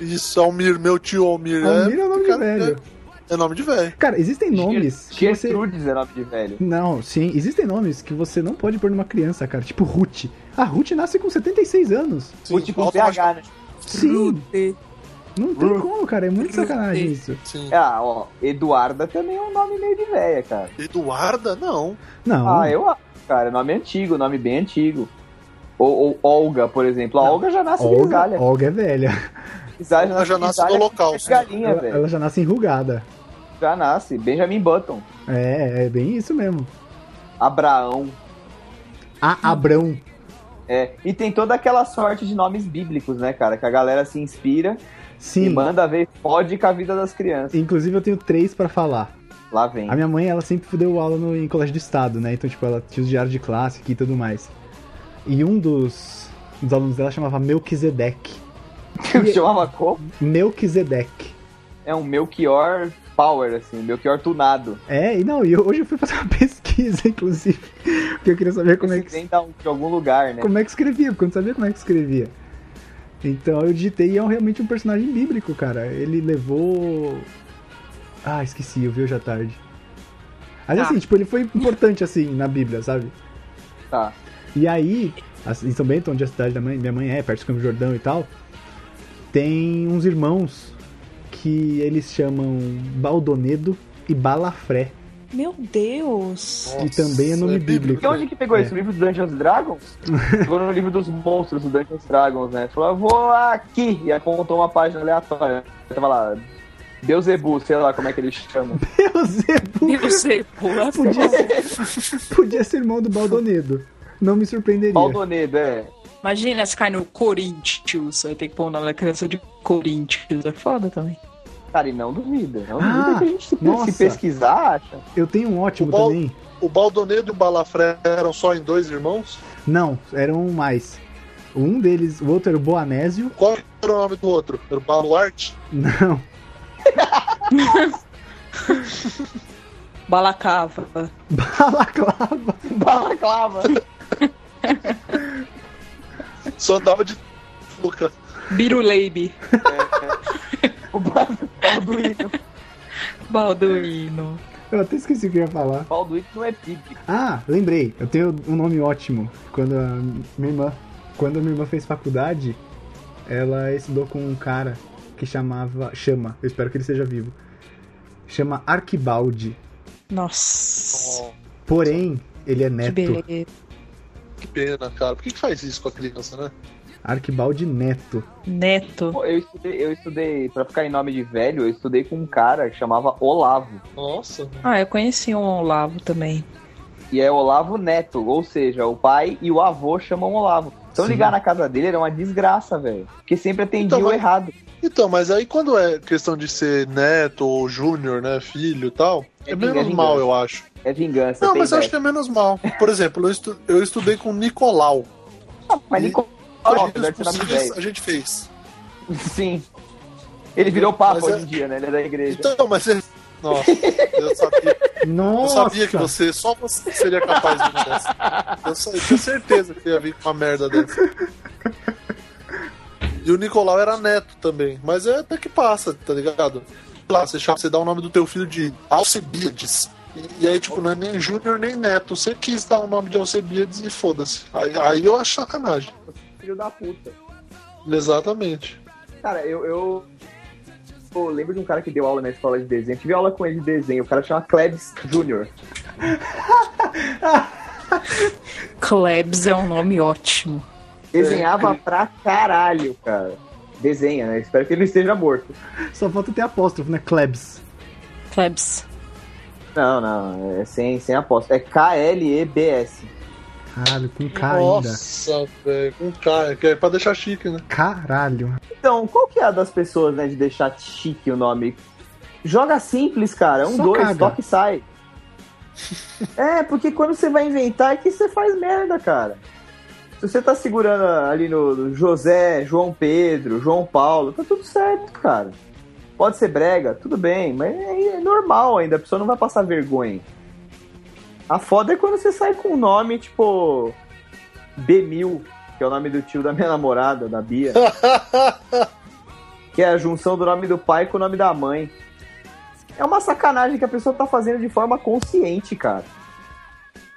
Isso, Almir, meu tio Almir. Almir é nome de cara, velho. É, é nome de velho. Cara, existem nomes que você. Gertrudes é nome de velho. Não, sim, existem nomes que você não pode pôr numa criança, cara. Tipo Ruth. A Ruth nasce com 76 anos. Sim, Ou tipo um automaticamente. PH, né? Sim. Não tem como, cara. É muito sacanagem isso. Sim. Ah, ó, Eduarda também é um nome meio de véia, cara. Eduarda? Não. Não. Ah, eu acho, cara. Nome antigo, nome bem antigo. Ou, ou Olga, por exemplo. A Olga já nasce de Olga, migalha. Olga é velha. Migalha Olga já nasce migalha no holocausto. de Galinha, Ela, velho. ela já nasce enrugada. Já nasce. Benjamin Button. É, é bem isso mesmo. Abraão. A Abrão. É. E tem toda aquela sorte de nomes bíblicos, né, cara? Que a galera se inspira e Sim. manda ver pode com a vida das crianças. Inclusive eu tenho três pra falar. Lá vem. A minha mãe, ela sempre deu aula no, em colégio do estado, né? Então, tipo, ela tinha os diários de classe aqui e tudo mais. E um dos, dos alunos dela chamava Melquisedeque. Chamava como? Melquisedeque. É um Melchior Power, assim. Melchior tunado. É, e não, e eu- hoje eu fui fazer uma pesquisa, inclusive, porque eu queria saber como é Esse que, vem da- de algum lugar, né? como é que escrevia, porque eu não sabia como é que escrevia. Então eu digitei e é um- realmente um personagem bíblico, cara. Ele levou. Ah, esqueci, eu vi hoje à tarde. Mas Ah. assim, tipo, ele foi importante assim na Bíblia, sabe? Tá. E aí, as- em São Bento, onde a cidade da mãe, minha mãe é, perto do Campo de Jordão e tal, tem uns irmãos que eles chamam Baldonedo e Balafré, Meu Deus! que também é nome é bíblico. bíblico. E onde que pegou É. isso? O livro do Dungeons and Dragons? Pegou no livro dos monstros do Dungeons and Dragons, né? Falou, "Eu vou aqui. E apontou uma página aleatória. Tava lá, Deusebu, sei lá como é que eles chamam. Meu Zebu Meu Zebu, podia, ser- podia ser irmão do Baldonedo. Não me surpreenderia. Baldonedo, é. Imagina se cai no Corinthians. Aí tem que pôr o nome da criança de Corinthians. É foda também. Cara, e não duvida. Não Ah, duvida que a gente se, nossa. se pesquisar, acha. Eu tenho um ótimo O Bal- também. O Baldonedo e o Balafré eram só em dois irmãos? Não, eram mais. Um deles, o outro era o Boanésio. Qual era o nome do outro? Era o Baluarte? Não, Balacava. Balaclava. Balaclava. Só andava de touca. Biruleibe. o Ba- Balduíno. Balduino. Eu até esqueci o que eu ia falar. Balduíno não é bíblico. Ah, lembrei. Eu tenho um nome ótimo. Quando a minha irmã, quando a minha irmã fez faculdade, ela estudou com um cara que chamava, chama, eu espero que ele seja vivo. Chama Arquibaldi. Nossa. Porém, ele é que neto. beleza. Que pena, cara. Por que, que faz isso com a criança, né? Arquibaldi neto. Neto. Pô, eu estudei, eu estudei, pra ficar em nome de velho, eu estudei com um cara que chamava Olavo. Nossa. né? Ah, eu conheci um Olavo também. E é Olavo Neto, ou seja, o pai e o avô chamam Olavo. Então Sim. ligar na casa dele era uma desgraça, velho. Porque sempre atendia Então, o mas- errado. Então, mas aí quando é questão de ser neto ou júnior, né? Filho e tal, é, É menos vingança. mal, eu acho. É vingança. Não, tem mas eu acho que é menos mal. Por exemplo, eu, estu- eu estudei com o Nicolau. Mas Nicolau, Todos apesar de ser nome de possíveis, velho. a gente fez. Sim. Ele virou papa Mas é- hoje em dia, né? Ele é da igreja. Então, mas é. Nossa, eu sabia, eu Nossa. sabia que você, só você seria capaz de mudar essa. Eu, sa- eu tinha certeza que ia vir com uma merda dessa. E o Nicolau era neto também, mas é até que passa, tá ligado? Lá, você, chama, você dá o nome do teu filho de Alcebiades. E, e aí, tipo, não é nem Júnior nem Neto. Você quis dar o nome de Alcebiades e foda-se. Aí, aí eu acho sacanagem. Filho da puta. Exatamente. Cara, eu, eu. eu lembro de um cara que deu aula na escola de desenho. Tive aula com ele de desenho. O cara chama Klebs Jr. Klebs é um nome ótimo. É. Desenhava pra caralho, cara. Desenha, né? Espero que ele esteja morto. Só falta ter apóstrofo, né? Klebs. Klebs. Não, não. É sem, sem aposta. É K-L-E-B-S. Caralho, com K ainda. Nossa, velho, com K, que é pra deixar chique, né? Caralho. Então, qual que é a das pessoas, né, de deixar chique o nome? Joga simples, cara. Um, Só dois, caga. toque e sai. é, porque quando você vai inventar é que você faz merda, cara. Se você tá segurando ali no no José, João Pedro, João Paulo, tá tudo certo, cara. Pode ser brega, tudo bem, mas é, é normal ainda, a pessoa não vai passar vergonha. A foda é quando você sai com um nome, tipo. B1000, que é o nome do tio da minha namorada, da Bia. que é a junção do nome do pai com o nome da mãe. É uma sacanagem que a pessoa tá fazendo de forma consciente, cara.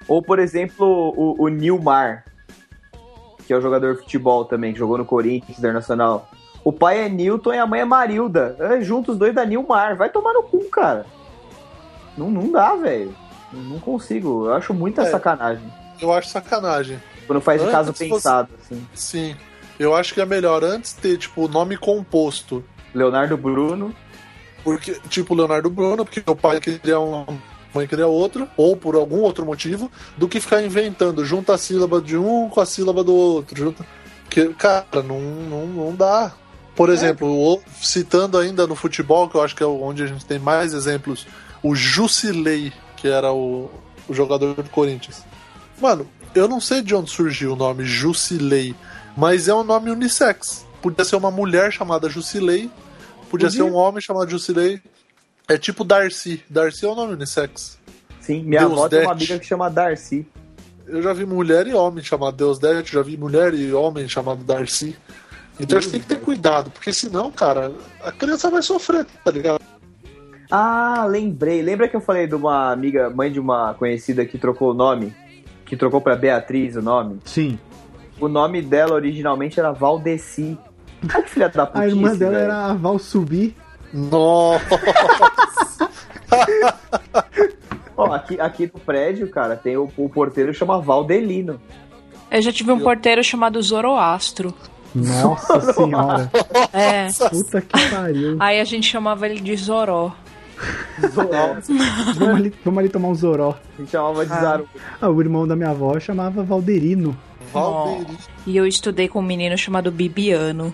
Ou, por exemplo, o, o Nilmar, que é o jogador de futebol também, que jogou no Corinthians Internacional. O pai é Newton e a mãe é Marilda. É, juntos os dois da Nilmar. Vai tomar no cu, cara. Não, não dá, velho. Não consigo. Eu acho muita É. sacanagem. Eu acho sacanagem. Quando faz de caso Antes você- pensado, assim. Sim. Eu acho que é melhor antes ter, tipo, o nome composto. Leonardo Bruno. Porque, tipo, Leonardo Bruno, porque o pai queria um, a mãe queria outro, ou por algum outro motivo, do que ficar inventando. Junta a sílaba de um com a sílaba do outro. Junta... Que, cara, não, não, não dá. Por exemplo, o- citando ainda no futebol, que eu acho que é onde a gente tem mais exemplos, o Jusilei, que era o, o jogador do Corinthians. Mano, eu não sei de onde surgiu o nome Jusilei, mas é um nome unissex. Podia ser uma mulher chamada Jusilei, podia, ser um homem chamado Jusilei. É tipo Darcy. Darcy é um nome unissex. Sim, minha Deus avó tem uma Dete. amiga que chama Darcy. Eu já vi mulher e homem chamado Deusdete, já vi mulher e homem chamado Darcy. Então a gente tem que ter cuidado, porque senão, cara, a criança vai sofrer, tá ligado? Ah, lembrei. Lembra que eu falei de uma amiga, mãe de uma conhecida que trocou o nome? Que trocou pra Beatriz o nome? Sim. O nome dela originalmente era Valdeci. Ai, que filha da putice, A irmã dela velho. era a Val Subi. Nossa! Ó, aqui, aqui no prédio, cara, tem o, o porteiro chama Valdelino. Eu já tive um porteiro chamado Zoroastro. Nossa senhora. É. Puta que pariu. Aí a gente chamava ele de Zoró. Vamos ali, vamos ali tomar um zoró. A gente chamava de Zaru. Ah, o irmão da minha avó chamava Valderino. Valdeiri. E eu estudei com um menino chamado Bibiano.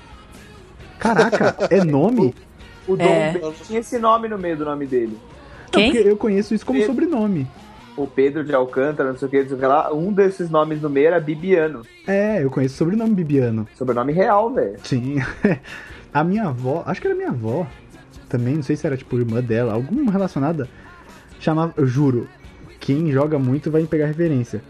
Caraca, é nome? O Dom É. Pedro tinha esse nome no meio do nome dele. É Quem? porque eu conheço isso como Pedro. sobrenome. O Pedro de Alcântara, não sei o que, não sei o que lá. Um desses nomes no meio era Bibiano. É, eu conheço o sobrenome Bibiano. Sobrenome real, velho. Sim. A minha avó, acho que era minha avó também, não sei se era tipo irmã dela, alguma relacionada, chamava, eu juro, quem joga muito vai pegar referência.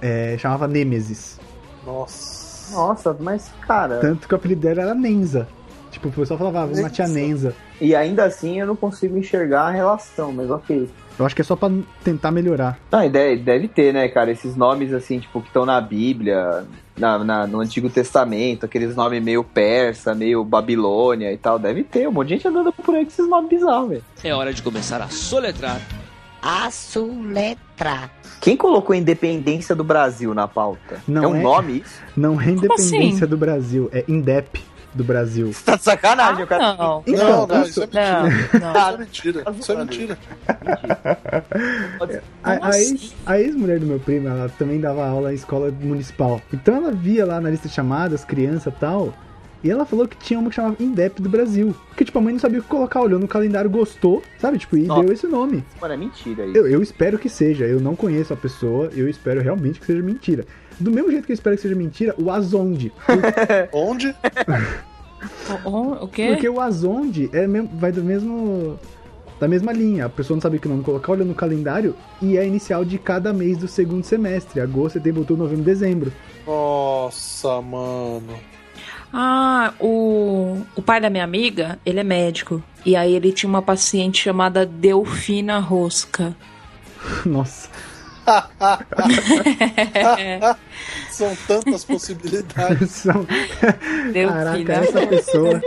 É, chamava Nêmesis. Nossa. Nossa, mas, cara. Tanto que o apelido dela era Nenza. Tipo, o pessoal falava, ah, vamos matar a Nenza. E ainda assim eu não consigo enxergar a relação, mas ok. Eu acho que é só pra tentar melhorar. Não, e deve, deve ter, né, cara? Esses nomes, assim, tipo, que estão na Bíblia, na, na- no Antigo Testamento, aqueles nomes meio persa, meio Babilônia e tal. Deve ter, um monte de gente andando por aí com esses nomes bizarros, velho. É hora de começar a soletrar. assoletrar, Quem colocou Independência do Brasil na pauta? Não é um é? nome isso? Não é independência assim? do Brasil, é INDEP do Brasil. Tá de sacanagem, o cara. Não, Não, Então, não, isso- isso é mentira. não, não. Isso é mentira. Isso é mentira. A, a ex- a ex-mulher do meu primo, ela também dava aula em escola municipal. Então ela via lá na lista de chamadas, criança e tal. E ela falou que tinha uma que chamava Indep do Brasil. Que tipo, a mãe não sabia o que colocar, olhou no calendário, gostou, sabe? Tipo, e Nossa. deu esse nome. Mano, é mentira isso. Eu, eu espero que seja, eu não conheço a pessoa, eu espero realmente que seja mentira. Do mesmo jeito que eu espero que seja mentira, o Azonde. Onde? O- O quê? Porque o Azonde é mesmo, vai do mesmo. Da mesma linha, a pessoa não sabe que nome colocar, olha no calendário e é a inicial de cada mês do segundo semestre. Agosto, setembro, outubro, novembro, dezembro. Nossa, mano. Ah, o, o pai da minha amiga, ele é médico. E aí ele tinha uma paciente chamada Delfina Rosca. Nossa. São tantas possibilidades. São- é um Caraca, É Delfina. essa pessoa.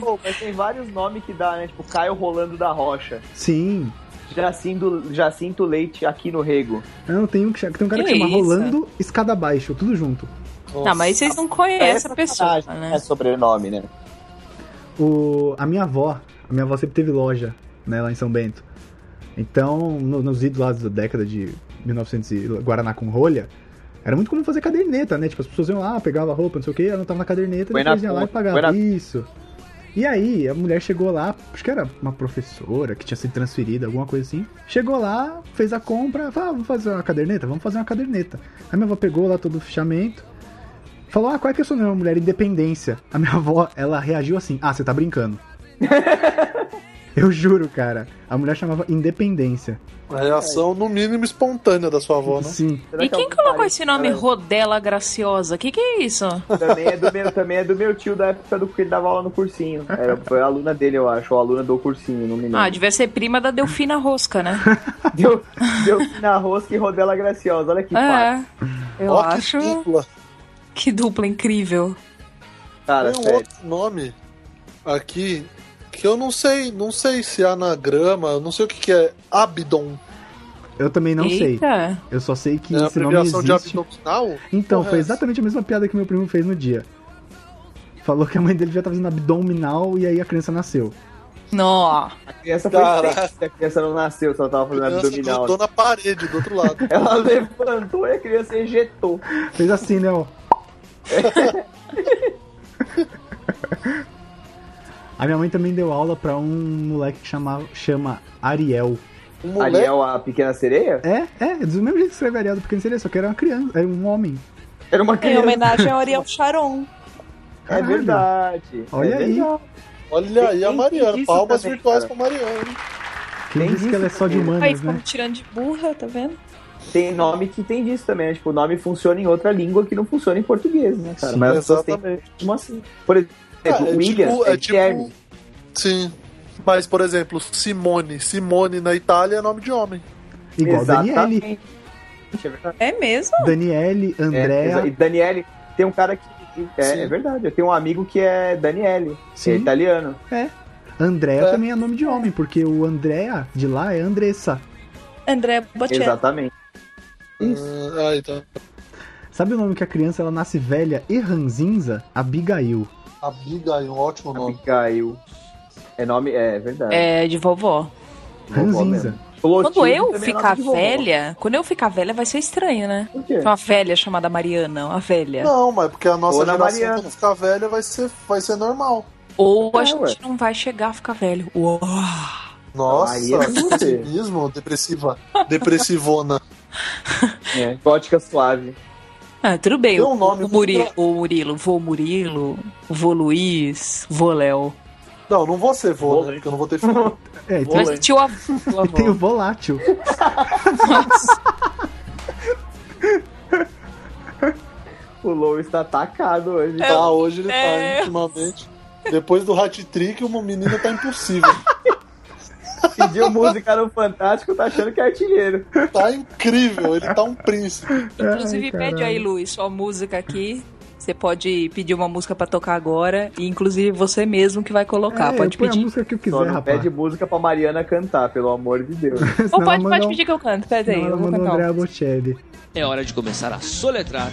Pô, mas tem vários nomes que dá, né? Tipo, Caio Rolando da Rocha. Sim. Jacinto, Jacinto Leite aqui no Rego. Não, tem um, que, cha- tem um cara que, Que chama isso? Rolando Escada Abaixo, tudo junto. Nossa. Não, mas vocês não conhecem a É pessoa, sacanagem, né? É sobrenome, né? O, a minha avó, a minha avó sempre teve loja, né, lá em São Bento. Então, no- nos idos lá da década de 1900 e Guaraná com rolha, era muito comum fazer caderneta, né? Tipo, as pessoas iam lá, pegavam a roupa, não sei o que, anotava na caderneta, Põe depois na ia lá e conta, põe pagava. na- Isso. E aí, a mulher chegou lá, acho que era uma professora que tinha sido transferida, alguma coisa assim. Chegou lá, fez a compra, falou, ah, vamos fazer uma caderneta? Vamos fazer uma caderneta. Aí minha avó pegou lá todo o fichamento, falou, ah, qual é que é o seu nome? Mulher Independência. A minha avó, ela reagiu assim, ah, você tá brincando. Eu juro, cara. A mulher chamava Independência. A reação, no mínimo, espontânea da sua avó, né? Sim. Será E que é um quem algum colocou parente- esse nome Cara, Rodela Graciosa? Que que é isso? Também é, do meu, também é do meu tio da época do que ele dava aula no cursinho. Era, foi a aluna dele, eu acho, ou a aluna do cursinho, não me lembro. Ah, devia ser prima da Delfina Rosca, né? Deu, deu na rosca e rodela graciosa. Olha que fácil. É. Eu Ó, que acho dupla. que dupla incrível. Cara, Tem um sério. outro nome aqui que eu não sei, não sei se é anagrama, eu não sei o que, que é Abdon. Eu também não sei. Eita. Eu só sei que é a esse nome abreviação de existe. abdominal? Então, Porra, foi é exatamente a mesma piada que meu primo fez no dia. Falou que a mãe dele já tava fazendo abdominal e aí a criança nasceu. Nó. A criança Caraca. foi sexy, a criança não nasceu, só tava fazendo criança abdominal. grudou na parede do outro lado. Ela levantou e a criança injetou. Fez assim, né, ó. A minha mãe também deu aula pra um moleque que chama, chama Ariel. Um moleque Ariel, a pequena sereia? É, é, do mesmo jeito que escreve Ariel do Pequeno Sereia, só que era uma criança, era um homem. Era uma Em criança. homenagem ao Ariel Sharon. É Caralho. verdade. Olha é aí. verdade. Olha aí a Tem- tem Mariana, disso palmas também, virtuais cara. pra Mariana. Quem Tem disse que ela é isso só de também. Aí humanas, ficou né? me tirando de burra, tá vendo? Tem nome que tem disso também, né? Tipo, o nome funciona em outra língua que não funciona em português, né, cara? Mas as pessoas têm Exatamente. Ah, tipo, como assim. Por exemplo, William é, Guilherme. um- Sim. Mas, por exemplo, Simone. Simone na Itália é nome de homem. Igual Daniele. Exatamente. É verdade. É mesmo? Daniele, É, exa- Andréa. e Daniele, tem um cara que. Sim. É, é verdade, eu tenho um amigo que é Daniele, que é sim, italiano. Andréa Tá. É. também é nome de homem, porque o Andréa de lá é Andressa. André Bocelli. Exatamente. Isso. Ah, aí tá. Sabe o nome que a criança ela nasce velha e ranzinza? Abigail. é Abigail, um ótimo nome. Abigail. É nome, é verdade. É, de vovó. Vovó Ranzinza. Clotilde Quando eu também é ficar nome de vovó. É. velha, quando eu ficar velha vai ser estranho, né? Por quê? Tem uma velha chamada Mariana, uma velha. Não, mas é porque a nossa Ou na geração, Mariana. quando ficar velha, vai ser, vai ser normal. Ou a É, gente ué. não vai chegar a ficar velho. Uou. Então, Nossa, Mariana, por quê? pessimismo, depressiva, depressivona. É, gótica suave. Ah, tudo bem. Tem O, um nome o Murilo, muito o Murilo, vô Murilo, vô Luiz, vô Léo. Não, não vou ser vô, né? Vou, hein? Porque eu não vou ter filho. É, e Vô tem, Mas Léo. tio avô. tio e tem um o avô. volátil. O Lou está atacado hoje. Tá, hoje ele É. tá intimamente. Depois do Hat-Trick, o menino tá impossível. Pediu Tá música no Fantástico, tá achando que é artilheiro. Tá incrível, ele tá um príncipe. Inclusive, Ai, pede caralho. aí, Luiz, sua música aqui. Você pode pedir uma música pra tocar agora. E inclusive você mesmo que vai colocar. É, pode põe a pedir. música que eu Só quiser, não rapaz. pede música pra Mariana cantar, pelo amor de Deus. Ou pode, pode pedir que eu canto. Pera aí, eu vou um- manda o cantar. um. André uma. Bocelli. É hora de começar a soletrar.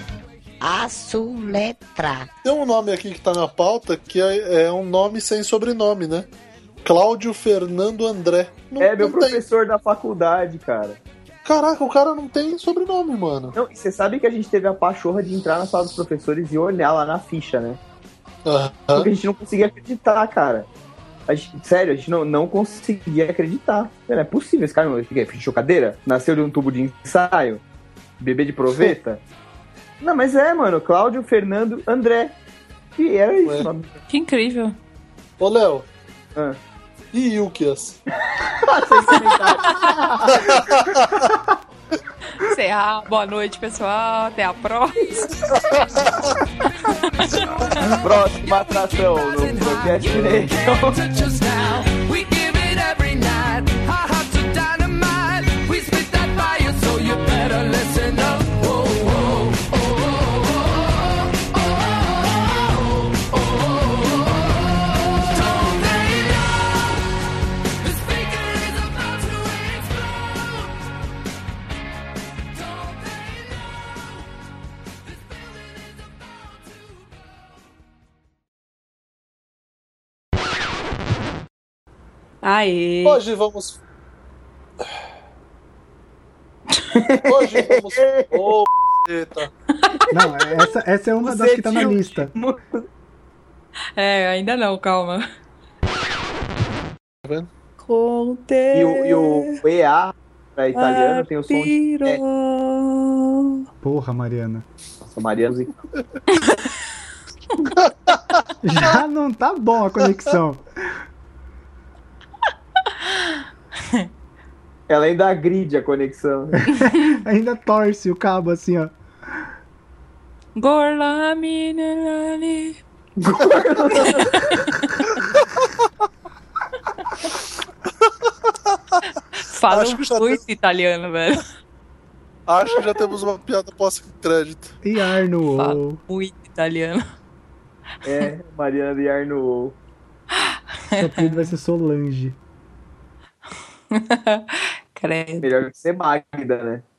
assoletrar, Tem um nome aqui que tá na pauta que é, é um nome sem sobrenome, né? Cláudio Fernando André. Não, É meu não tem. professor da faculdade, cara. Caraca, o cara não tem sobrenome, mano. Não, e você sabe que a gente teve a pachorra de entrar na sala dos professores e olhar lá na ficha, né? Aham. Ah. Porque a gente não conseguia acreditar, cara. A gente- sério, a gente não, não conseguia acreditar. Não é possível, esse cara não que é filho de chocadeira? Nasceu de um tubo de ensaio? Bebê de proveta? não, mas é, mano, Cláudio, Fernando, André. E era isso. Ué. o nome. Que incrível. Ô, Léo. Ah. E Ilkias? Encerrar. ah, Boa noite, pessoal. Até a próxima. Próxima atração no podcast Nation. Aê. Hoje vamos. Hoje vamos. Ô, p***eta. Não, essa, essa é uma das que tá na Bucetinho. lista. É, ainda não, calma. vendo? Conte. Tá E o, e o EA pra italiano tem o som de Papiro. é. Porra, Mariana. Nossa, Maria musical. Já não tá bom a conexão. Ela ainda agride a conexão. Ainda torce o cabo assim, ó. Gorla minerali. Fala um Acho que já muito italiano, velho. Acho que já temos uma piada pós-crédito. E ar no Fala. ou. Muito italiano. É, Mariana de Arno. Seu apelido vai ser Solange. Credo. Melhor que ser Magda, né?